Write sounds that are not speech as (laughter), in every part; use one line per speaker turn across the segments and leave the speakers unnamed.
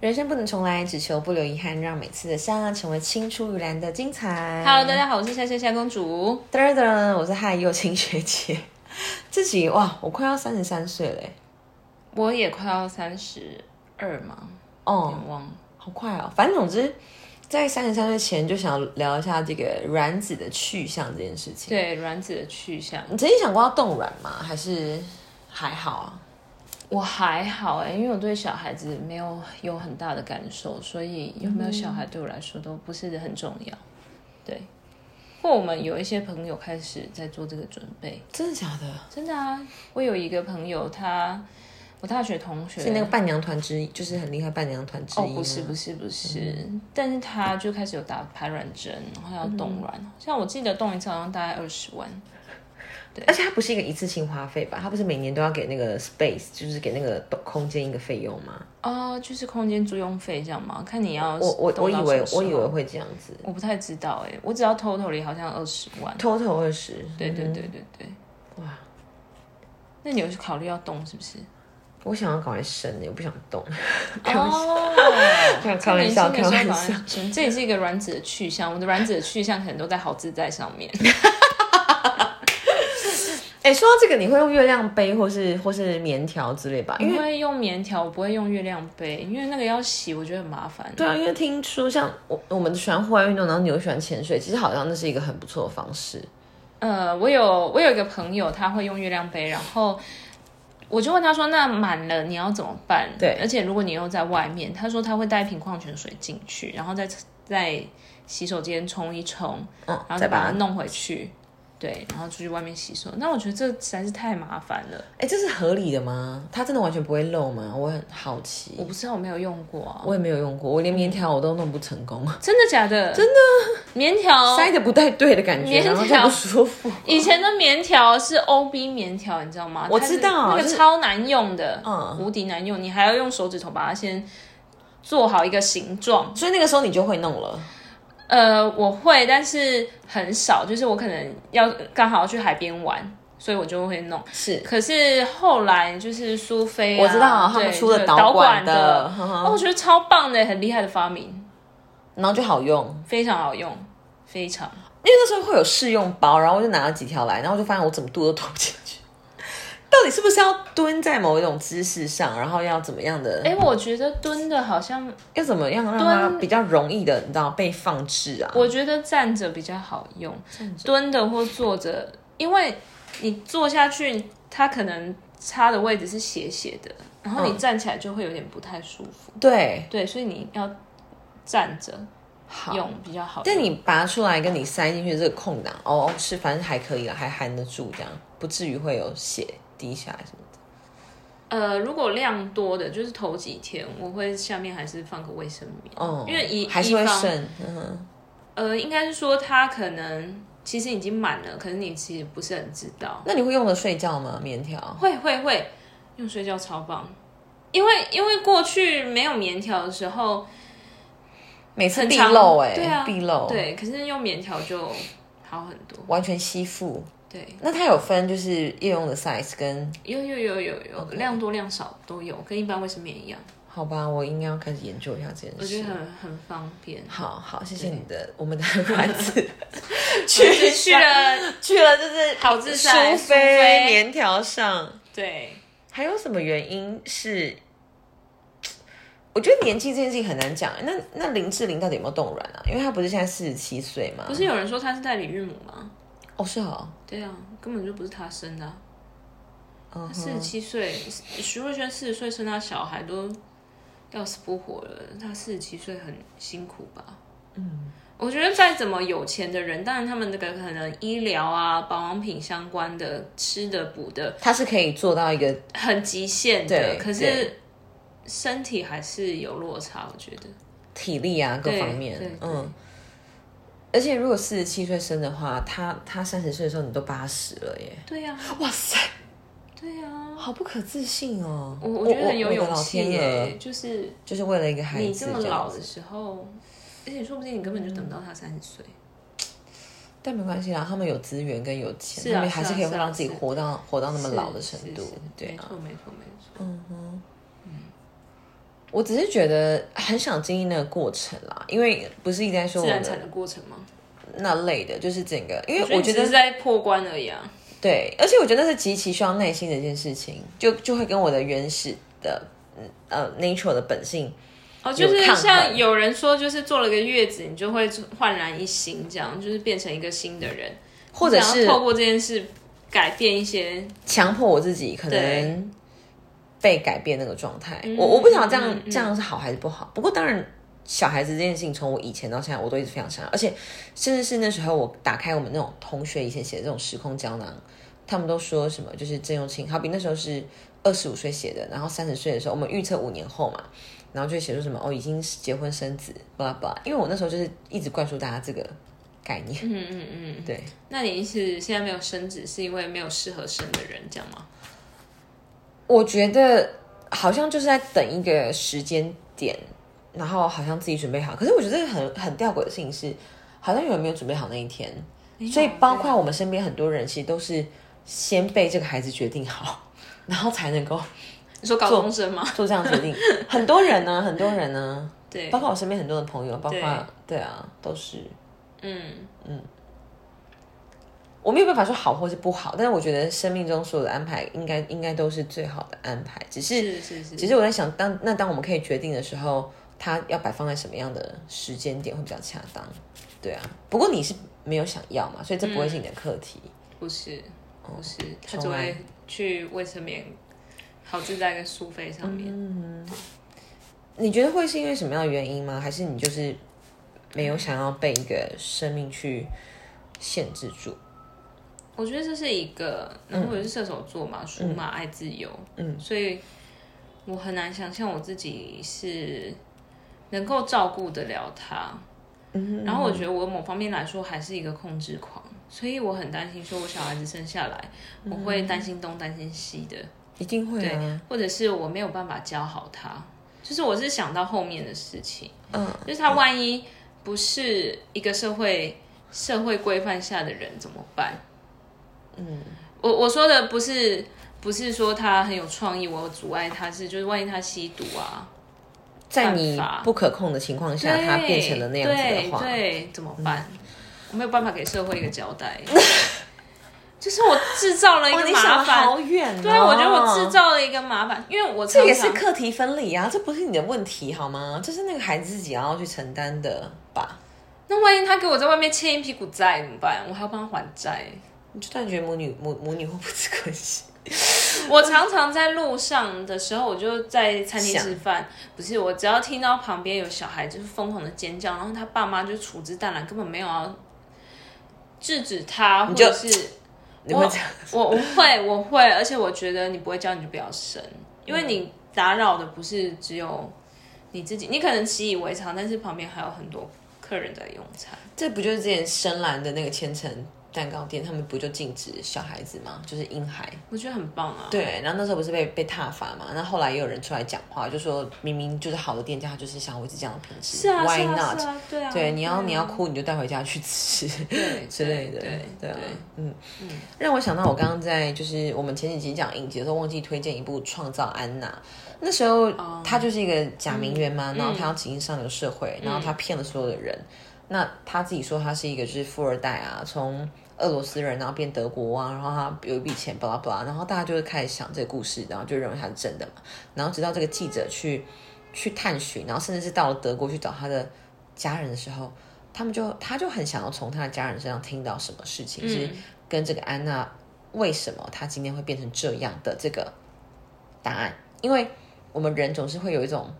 人生不能重来，只求不留遗憾，让每次的相爱啊成为青出于蓝的精彩。
Hello，大家好，我是夏夏夏公主。
噔噔噔，我是嗨又青学姐。 (laughs) 自己哇，我快要三十三岁嘞，
我也快要三十二嘛，有
哦、
点忘了。
好快哦。反正总之，在三十三岁前就想聊一下这个卵子的去向这件事情。
对，卵子的去向，
你曾经想过要冻卵吗？还是还好啊？
我还好哎、因为我对小孩子没有有很大的感受，所以有没有小孩对我来说都不是很重要。对，或我们有一些朋友开始在做这个准备，
真的假的？
真的啊，我有一个朋友，他我大学同学
是那个伴娘团之一，就是很厉害伴娘团之一嗯
哦
吗，
不是不是不是，但是他就开始有打排卵针，然后要冻卵，像我记得冻一次好像大概二十万，
而且它不是一个一次性花费吧？它不是每年都要给那个 space，就是给那个空间一个费用吗？
哦，就是空间租用费这样吗？看你要
我我我
冻
以
到
为
什么
我
时
以
候
为会这样子
我不太知道哎、我只要 totally 好像二十万。
，total 二十，
对对对对对，
嗯哇！
那你有去考虑要动是不是？
我想要赶快生的，我不想动。 (laughs)
哦，
开开玩笑开
趁年轻的时候
玩
赶快生这也是一个卵子的去向。我的卵子的去向可能都在好自在上面。
哎、说到这个，你会用月亮杯或是或是棉条之类吧？因
因
为
为用棉条，我不会用月亮杯，因为那个要洗，我觉得很麻烦。
对啊，因为听说像我我们喜欢户外运动，然后你又喜欢潜水，其实好像那是一个很不错的方式。
呃，我有我有一个朋友，他会用月亮杯，然后我就问他说：“那满了你要怎么办？”
对
而且如果你又在外面，他说他会带一瓶矿泉水进去，然后再在洗手间冲一冲，
嗯，
然后
再
再
把
把
它
它弄回去，对，然后出去外面洗手。那我觉得这实在是太麻烦了，
哎、这是合理的吗？它真的完全不会漏吗？我很好奇
我，不知道我没有用过啊，
我也没有用过，我连棉条我都弄不成功，
真的假的？真的，棉条。
(laughs) 塞的不太对的感觉，
哦棉条
然后就不舒服。
以前的棉条是 O B 棉条，你知道吗？
我
它是
知道
那个
就是
超难用的，
嗯
无敌难用。你还要用手指头把它先做好一个形状。
所以那个时候你就会弄了，
呃，我会，但是很少，就是我可能要刚好要去海边玩，所以我就会弄。
是
可是后来就是苏菲啊、
我知道他们
对
出了
就
导
导
管的嗯
的，
呵呵
哦，我觉得超棒的，很厉害的发明，
然后就好用。
非常好用，非常。
因为那时候会有试用包，然后我就拿了几条来，然后我就发现我怎么肚都吐不进去。到底是不是要蹲在某一种姿势上，然后要怎么样的？
哎、我觉得蹲的好像，
要怎么样让它比较容易的，你知道被放置啊？
我觉得站着比较好用，蹲的或坐着，因为你坐下去，它可能插的位置是斜斜的，然后
嗯
你站起来就会有点不太舒服。
对，
对，所以你要站着
好。
用比较好用。
但你拔出来跟你塞进去这个空档，哦，是反正还可以了，还含得住，这样不至于会有血滴下来什么的。
呃，如果量多的，就是头几天，我会下面还是放个卫生棉，
哦，
因为以
还是会
以防
渗，嗯哼，
呃，应该是说它可能其实已经满了，可是你其实不是很知道。
那你会用着睡觉吗？棉条？
会会会，用睡觉超棒，因为因为过去没有棉条的时候，
每次
很
必
常
漏哎、
对啊
必漏，，
对，可是用棉条就好很多。
完全吸附。
对，
那它有分就是夜用的 size 跟
有有有有有量多量少都有，跟一般卫生棉一样，
好吧，我应该要开始研究一下这
我
件
觉
事
得。很很方便。
好好，谢谢你的我们的卵
(laughs)
子
我是去了，
去了，就是
好自在
苏
苏菲
菲棉条上，
对，
还有什么原因是？我觉得年纪这件事情很难讲。那那林志玲到底有没有冻卵啊？因为她不是现在四十七岁吗
不？是有人说她是代理孕母吗？
哦，是哦，
对啊，根本就不是她生的啊、
嗯
四十
哼，
七岁，徐若瑄四十岁生她小孩都要死不活了，她四十七岁很辛苦吧？嗯，我觉得再怎么有钱的人，当然他们那个可能医疗啊、保养品相关的、吃的补的
她是可以做到一个
很极限
对
的，可是
对
身体还是有落差，我觉得。
体力啊各
对
方面
对对，
嗯。而且如果四十七岁生的话，她她三十岁的时候你都八十了耶！
对呀、啊，
哇塞，
对呀、啊，
好不可置信哦！
我我觉得很有
我的
勇
老
气
天
耶、
爷，
就是
就是为了一个孩子，
你这么老的，时候，而且说不定你根本就等不到她三十岁。
但没关系啦，他们有资源跟有钱，
是啊
他们还
是啊
可以
是啊
让自己
是啊
活到活到那么
是
老的程度
是是，
对
没
啊，
错没错没错。
嗯哼，我只是觉得很想经历那个过程啦，因为不是一直在说我
自然产
们
的过程吗？
那类的，就是整个，因为
我
我觉
只
得
是在破关而已啊。
对，而且我觉得那是极其需要耐心的一件事情，就就会跟我的原始的嗯呃 nature 的本性
哦，就是
抗衡
像有人说，就是做了个月子，你就会焕然一新，这样就是变成一个新的人，
或者
你
是
想要透过这件事改变一些。
强迫我自己可
对
能被改变那个状态。我我不想这样、这样是好还是不好？不过当然，小孩子这件事情从我以前到现在，我都一直非常想要，而且甚至是那时候我打开我们那种同学以前写的这种时空胶囊，他们都说什么就是郑用清，好比那时候是二十五岁写的，然后三十岁的时候我们预测五年后嘛。然后就会写出什么哦，已经结婚生子，巴拉巴拉。因为我那时候就是一直灌输大家这个概念，
嗯嗯嗯，
对。
那你是现在没有生子，是因为没有适合生的人，这样吗？
我觉得好像就是在等一个时间点，然后好像自己准备好。可是我觉得这个很很吊诡的事情是，好像有人没有准备好那一天。所
啊
以包括我们身边很多人，其实都是先被这个孩子决定好，然后才能够
你说高中生吗？
做这样的决定。很多人呢、很多人 (laughs) 呢、
对
包，括我身边很多的朋友，包括对啊，都是
嗯，
我没有办法说好或是不好，但是我觉得生命中所有的安排，应该应该都是最好的安排，只是
是是是，
只是我在想，当那当我们可以决定的时候，它要摆放在什么样的时间点会比较恰当？对啊，不过你是没有想要嘛，所以这不会是你的课题。
不是不是，他
哦重
只
来
会去卫生棉，好自在跟苏菲上面。
你觉得会是因为什么样的原因吗？还是你就是没有想要被一个生命去限制住？
我觉得这是一个，然后我是射手座嘛，属、马，爱自由，嗯，所以我很难想象我自己是能够照顾得了他。嗯，然后我觉得我某方面来说还是一个控制狂，所以我很担心，说我小孩子生下来，我会担心东担心西的，
一定会啊，
或者是我没有办法教好他，就是我是想到后面的事情，嗯，就是他万一不是一个社会社会规范下的人怎么办？嗯，我我说的不是不是说他很有创意，我有阻碍他是就是万一他吸毒啊，
在你
办法
不可控的情况下，
对
它变成了那样子的话，嗯
对对，怎么办？我没有办法给社会一个交代， (laughs) 就是我制造了一
哇，
个
你
麻
想得
烦。
好远、哦。
对，我觉得我制造了一个麻烦，因为我
这也
常常
是课题分离啊，这不是你的问题好吗？这是那个孩子自己要去承担的吧？
那万一他给我在外面欠一屁股债怎么办？我还要帮他还债。
你就断绝母女母母女互不之关系。 (laughs)
我常常在路上的时候，我就在餐厅
想
吃饭，不是我只要听到旁边有小孩就是疯狂的尖叫，然后他爸妈就处之淡然，根本没有要制止他，或
就
者是
你会这样？
我我会我会，而且我觉得你不会教你就不要生，因为你打扰的不是只有你自己，你可能习以为常，但是旁边还有很多客人在用餐。
这不就是之前深蓝的那个千层蛋糕店，他们不就禁止小孩子吗？就是婴孩。
我觉得很棒啊！
对，然后那时候不是被被踏伐嘛？那后来也有人出来讲话，就说明明就是好的店家，他就是想要维持这样的品质。
是啊，
Why
是啊，
not？
是啊，对啊，
对，你要、
啊
你要哭，你就带回家去吃。
对
之类的，
对
对啊
对，
嗯让我想到我刚刚在就是我们前几集讲影集的时候，忘记推荐一部《创造安娜》。那时候她就是一个假名媛嘛，然后她要挤进上流社会，然后她骗了所有的人。那她自己说她是一个就是富二代啊，从俄罗斯人然后变德国啊，然后她有一笔钱，巴拉巴拉，然后大家就会开始想这个故事，然后就认为她是真的嘛。然后直到这个记者去去探寻，然后甚至是到了德国去找她的家人的时候，他们就他就很想要从他的家人身上听到什么事
嗯
情是跟这个安娜为什么她今天会变成这样的这个答案，因为我们人总是会有一种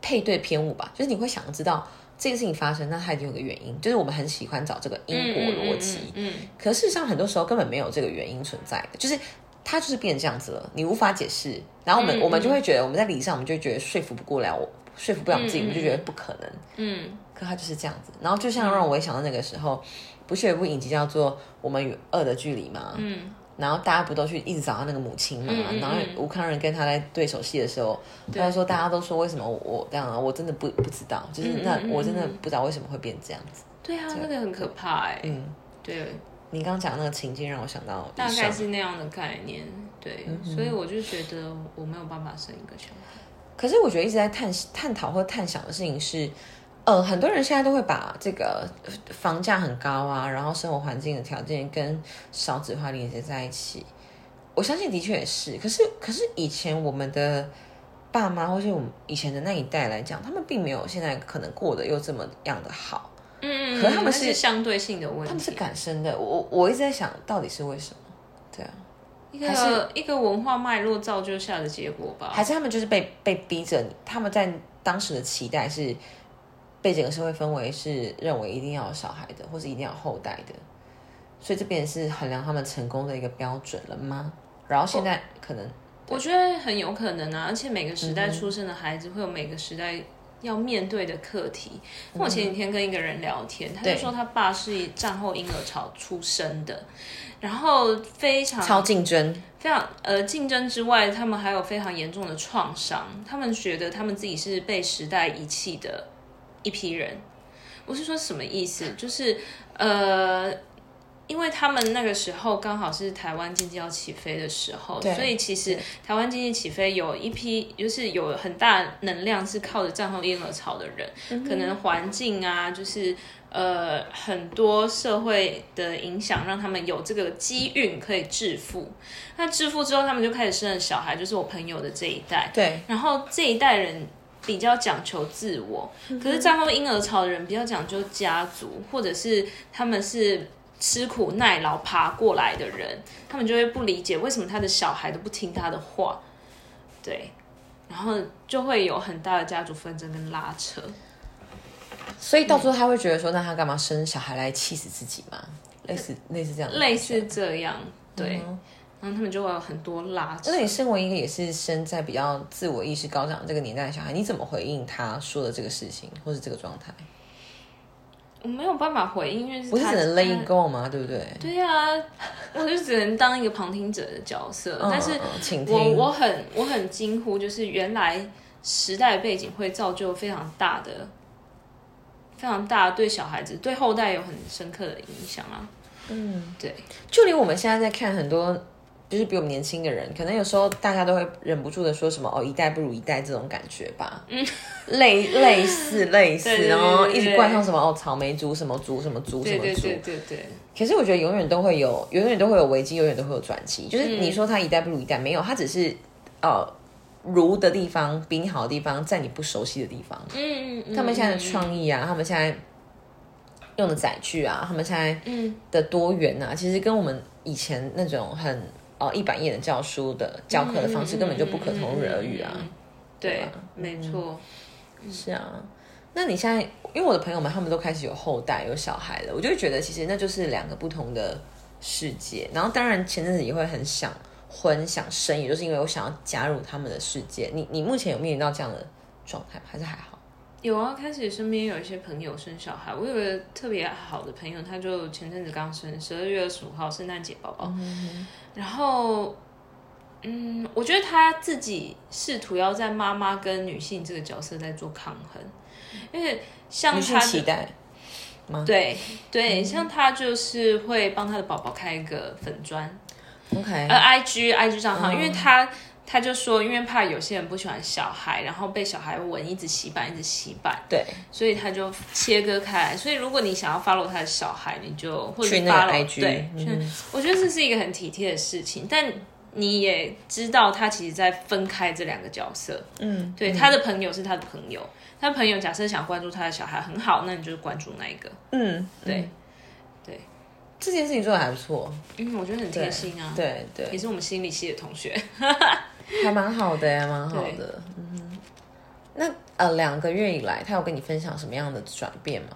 配对偏误吧，就是你会想知道这件事情发生，那它一定有个原因，就是我们很喜欢找这个因果逻辑，
嗯，嗯嗯
可事实上很多时候根本没有这个原因存在的，就是它就是变成这样子了，你无法解释，然后我们、
嗯
我们就会觉得我们在理上我们就会觉得说服不过来，我说服不了我们自己，
嗯嗯
我们就觉得不可能。
嗯嗯
可他就是这样子。然后就像让我也想到那个时候，不是有一部影集叫做《我们与恶的距离》吗？
嗯，
然后大家不都去一直找他那个母亲嘛？
嗯嗯嗯
然后吴康仁跟他在对手戏的时候，他就说大家都说为什么我我这样啊？我真的不不知道，就是
嗯嗯
那
嗯嗯
我真的不知道为什么会变这样子。
对啊，那个很可怕哎、
嗯，
对，
你刚刚讲的那个情境让我想到
大
以
概
上，
是那样的概念，对，所以我就觉得我没有办法生一个小孩，
可是我觉得一直在探探讨或探想的事情是，呃，很多人现在都会把这个房价很高啊，然后生活环境的条件跟少子化连接在一起。我相信的确也是，可是可是以前我们的爸妈或是我们以前的那一代来讲，他们并没有现在可能过得又这么样的好，
嗯，
可他们
那
是
是相对性的问题，
他们是感生的。我我一直在想，到底是为什么？对啊，
一
还
个一个文化脉络造就下的结果吧。
还是他们就是被被逼着，他们在当时的期待是被整个社会氛围是认为一定要有小孩的，或是一定要有后代的，所以这边是衡量他们成功的一个标准了吗？然后现在可能，
我觉得很有可能啊，而且每个时代出生的孩子会有每个时代要面对的课题。那我前几天跟一个人聊天，他就
对
说他爸是战后婴儿潮出生的，然后非常
超竞争，
非常呃竞争之外，他们还有非常严重的创伤，他们觉得他们自己是被时代遗弃的一批人。我是说什么意思？就是呃，因为他们那个时候刚好是台湾经济要起飞的时候，
对
所以其实台湾经济起飞有一批，就是有很大能量是靠着战后婴儿潮的人，可能环境啊，就是呃很多社会的影响，让他们有这个机运可以致富。那致富之后，他们就开始生了小孩，就是我朋友的这一代。
对，
然后这一代人比较讲求自我，可是战后婴儿潮的人比较讲究家族，或者是他们是吃苦耐劳爬过来的人，他们就会不理解为什么他的小孩都不听他的话，对，然后就会有很大的家族纷争跟拉扯。
所以到最后他会觉得说，那他干嘛生小孩来气死自己嘛？类似类似这样的，
类似这样，对，
嗯
然后他们就会有很多拉扯
那。你身为一个也是生在比较自我意识高涨这个年代的小孩，你怎么回应他说的这个事情，或是这个状态？
我没有办法回应，因为是
不是
他
只能 let it
他
go 吗？对不对？
对呀、我就只能当一个旁听者的角色，
嗯
但是
嗯嗯请听，
我我很我很惊呼，就是原来时代背景会造就非常大的、非常大的对小孩子、对后代有很深刻的影响啊。嗯，对，
就连我们现在在看很多，就是比我们年轻的人，可能有时候大家都会忍不住的说什么“哦，一代不如一代”这种感觉吧，嗯，类类似 (laughs) 类似，
对对对
然后一
对
直
对
灌上什么“哦，草莓族什么族什么族什
对
么
对
族
对对对，”，
可是我觉得永远都会有，永远都会有危机，永远都会有转机。就是你说他一代不如一代，没有，他只是呃如的地方比你好的地方，在你不熟悉的地方。
嗯嗯嗯，
他们现在的创意啊，他们现在用的载具啊，他们现在
嗯
的多元啊，其实跟我们以前那种很呃一板一眼的教书的教课的方式根本就不可同日而语啊。
嗯嗯嗯嗯嗯对
吧，
没错，
是啊，那你现在因为我的朋友们他们都开始有后代有小孩了，我就会觉得其实那就是两个不同的世界。然后当然前阵子也会很想婚想生，也就是因为我想要加入他们的世界。你你目前有面临到这样的状态吗？还是还好？
有啊，开始身边有一些朋友生小孩，我有个特别好的朋友，他就前阵子刚生，十二月二十五号圣诞节宝
嗯
宝，然后，嗯，我觉得他自己试图要在妈妈跟女性这个角色在做抗衡，因为像
女性嗯
他
期待吗
对对，像他就是会帮他的宝宝开一个粉砖，
？OK，
呃
嗯
，IG IG 账号，因为他他就说，因为怕有些人不喜欢小孩，然后被小孩闻，一直洗版，一直洗版，
对，
所以他就切割开来。所以如果你想要 follow 他的小孩，你就或者
去那
follow
个嗯 IG，
对，去我觉得这是一个很体贴的事情，但。你也知道，他其实在分开这两个角色。
嗯，
对，他的朋友是他的朋友，他朋友假设想关注他的小孩很好，那你就关注那一个。
嗯，
对
嗯
对，
这件事情做的还不错，
嗯，我觉得很贴心啊。，
对对，
也是我们心理系的同学。
(laughs) 还蛮好的，还蛮好的，嗯哼。那呃，两个月以来，他有跟你分享什么样的转变吗？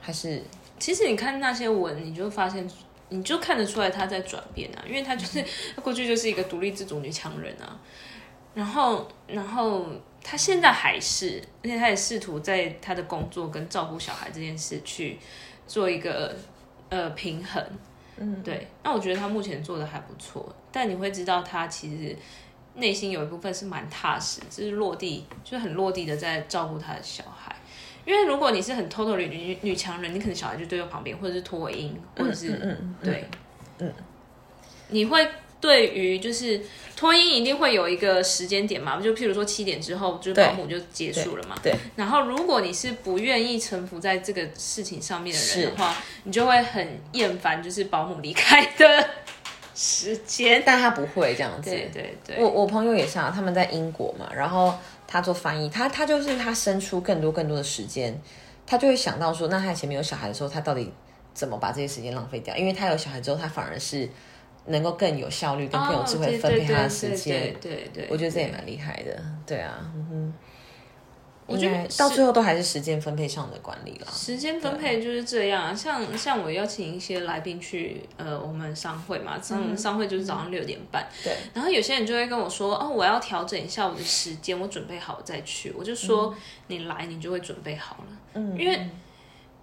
还是
其实你看那些文，你就发现，你就看得出来他在转变啊，因为他就是他过去就是一个独立自主女强人啊，然后然后他现在还是，而且他也试图在他的工作跟照顾小孩这件事去做一个呃平衡，嗯，对。那我觉得他目前做的还不错，但你会知道他其实。内心有一部分是蛮踏实，就是落地，就是很落地的在照顾他的小孩。因为如果你是很 totally 女女强人，你可
嗯
能小孩就丢在旁边，或者是脱音，或者是、
嗯嗯嗯
对，嗯，你会对于就是脱音一定会有一个时间点嘛，就譬如说七点之后，就是保姆就结束了嘛。
对对
然后如果你是不愿意臣服在这个事情上面的人的话，你就会很厌烦，就是保姆离开的时间。
但他不会这样子。
对对对，
我我朋友也是啊，他们在英国嘛，然后他做翻译，他他就是他生出更多更多的时间，他就会想到说，那他以前没有小孩的时候，他到底怎么把这些时间浪费掉？因为他有小孩之后，他反而是能够更有效率、跟更有智慧分配他的时间。
哦对对对对对对
我觉得这也蛮厉害的，对啊，嗯哼，
我觉得
应该
是
到最后都还是时间分配上的管理啦。
时间分配就是这样啊，像像我邀请一些来宾去，呃，我们商会嘛，
嗯
像我们商会就是早上六点半，
对，
然后有些人就会跟我说，哦，我要调整一下我的时间，我准备好再去，我就说、你来，你就会准备好了，
嗯，
因为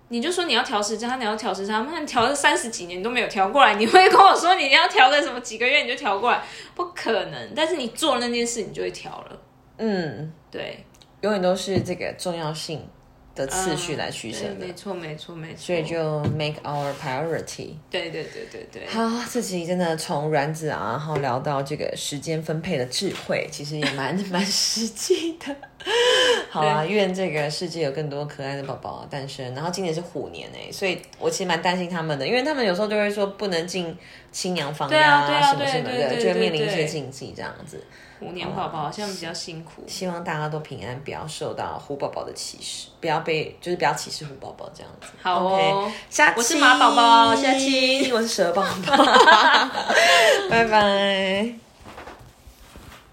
你就说你要调时间，他你要调时间，他你调了三十几年你都没有调过来，你会跟我说你要调个什么几个月你就调过来，不可能，但是你做了那件事你就会调了，
嗯，
对，
永远都是这个重要性的次序来取胜的
嗯对，没错没错没错，
所以就 make our priority。
对对对对对。
好，这集真的从卵子啊，然后聊到这个时间分配的智慧，其实也蛮蛮实际
(laughs)
的。好啊，愿这个世界有更多可爱的宝宝诞生。然后今年是虎年哎、所以我其实蛮担心他们的，因为他们有时候就会说不能进新娘房
对
呀、
啊对啊
什么
对
什么
对
的，
对
就会面临一
对
些
对
禁忌这样子。
虎年宝宝好像比较辛苦，
希望大家都平安，不要受到虎宝宝的歧视，不要被就是不要歧视虎宝宝这样子。
好
o
哦
k 下期 (laughs)
我是马宝宝下期
我是蛇宝宝，拜拜。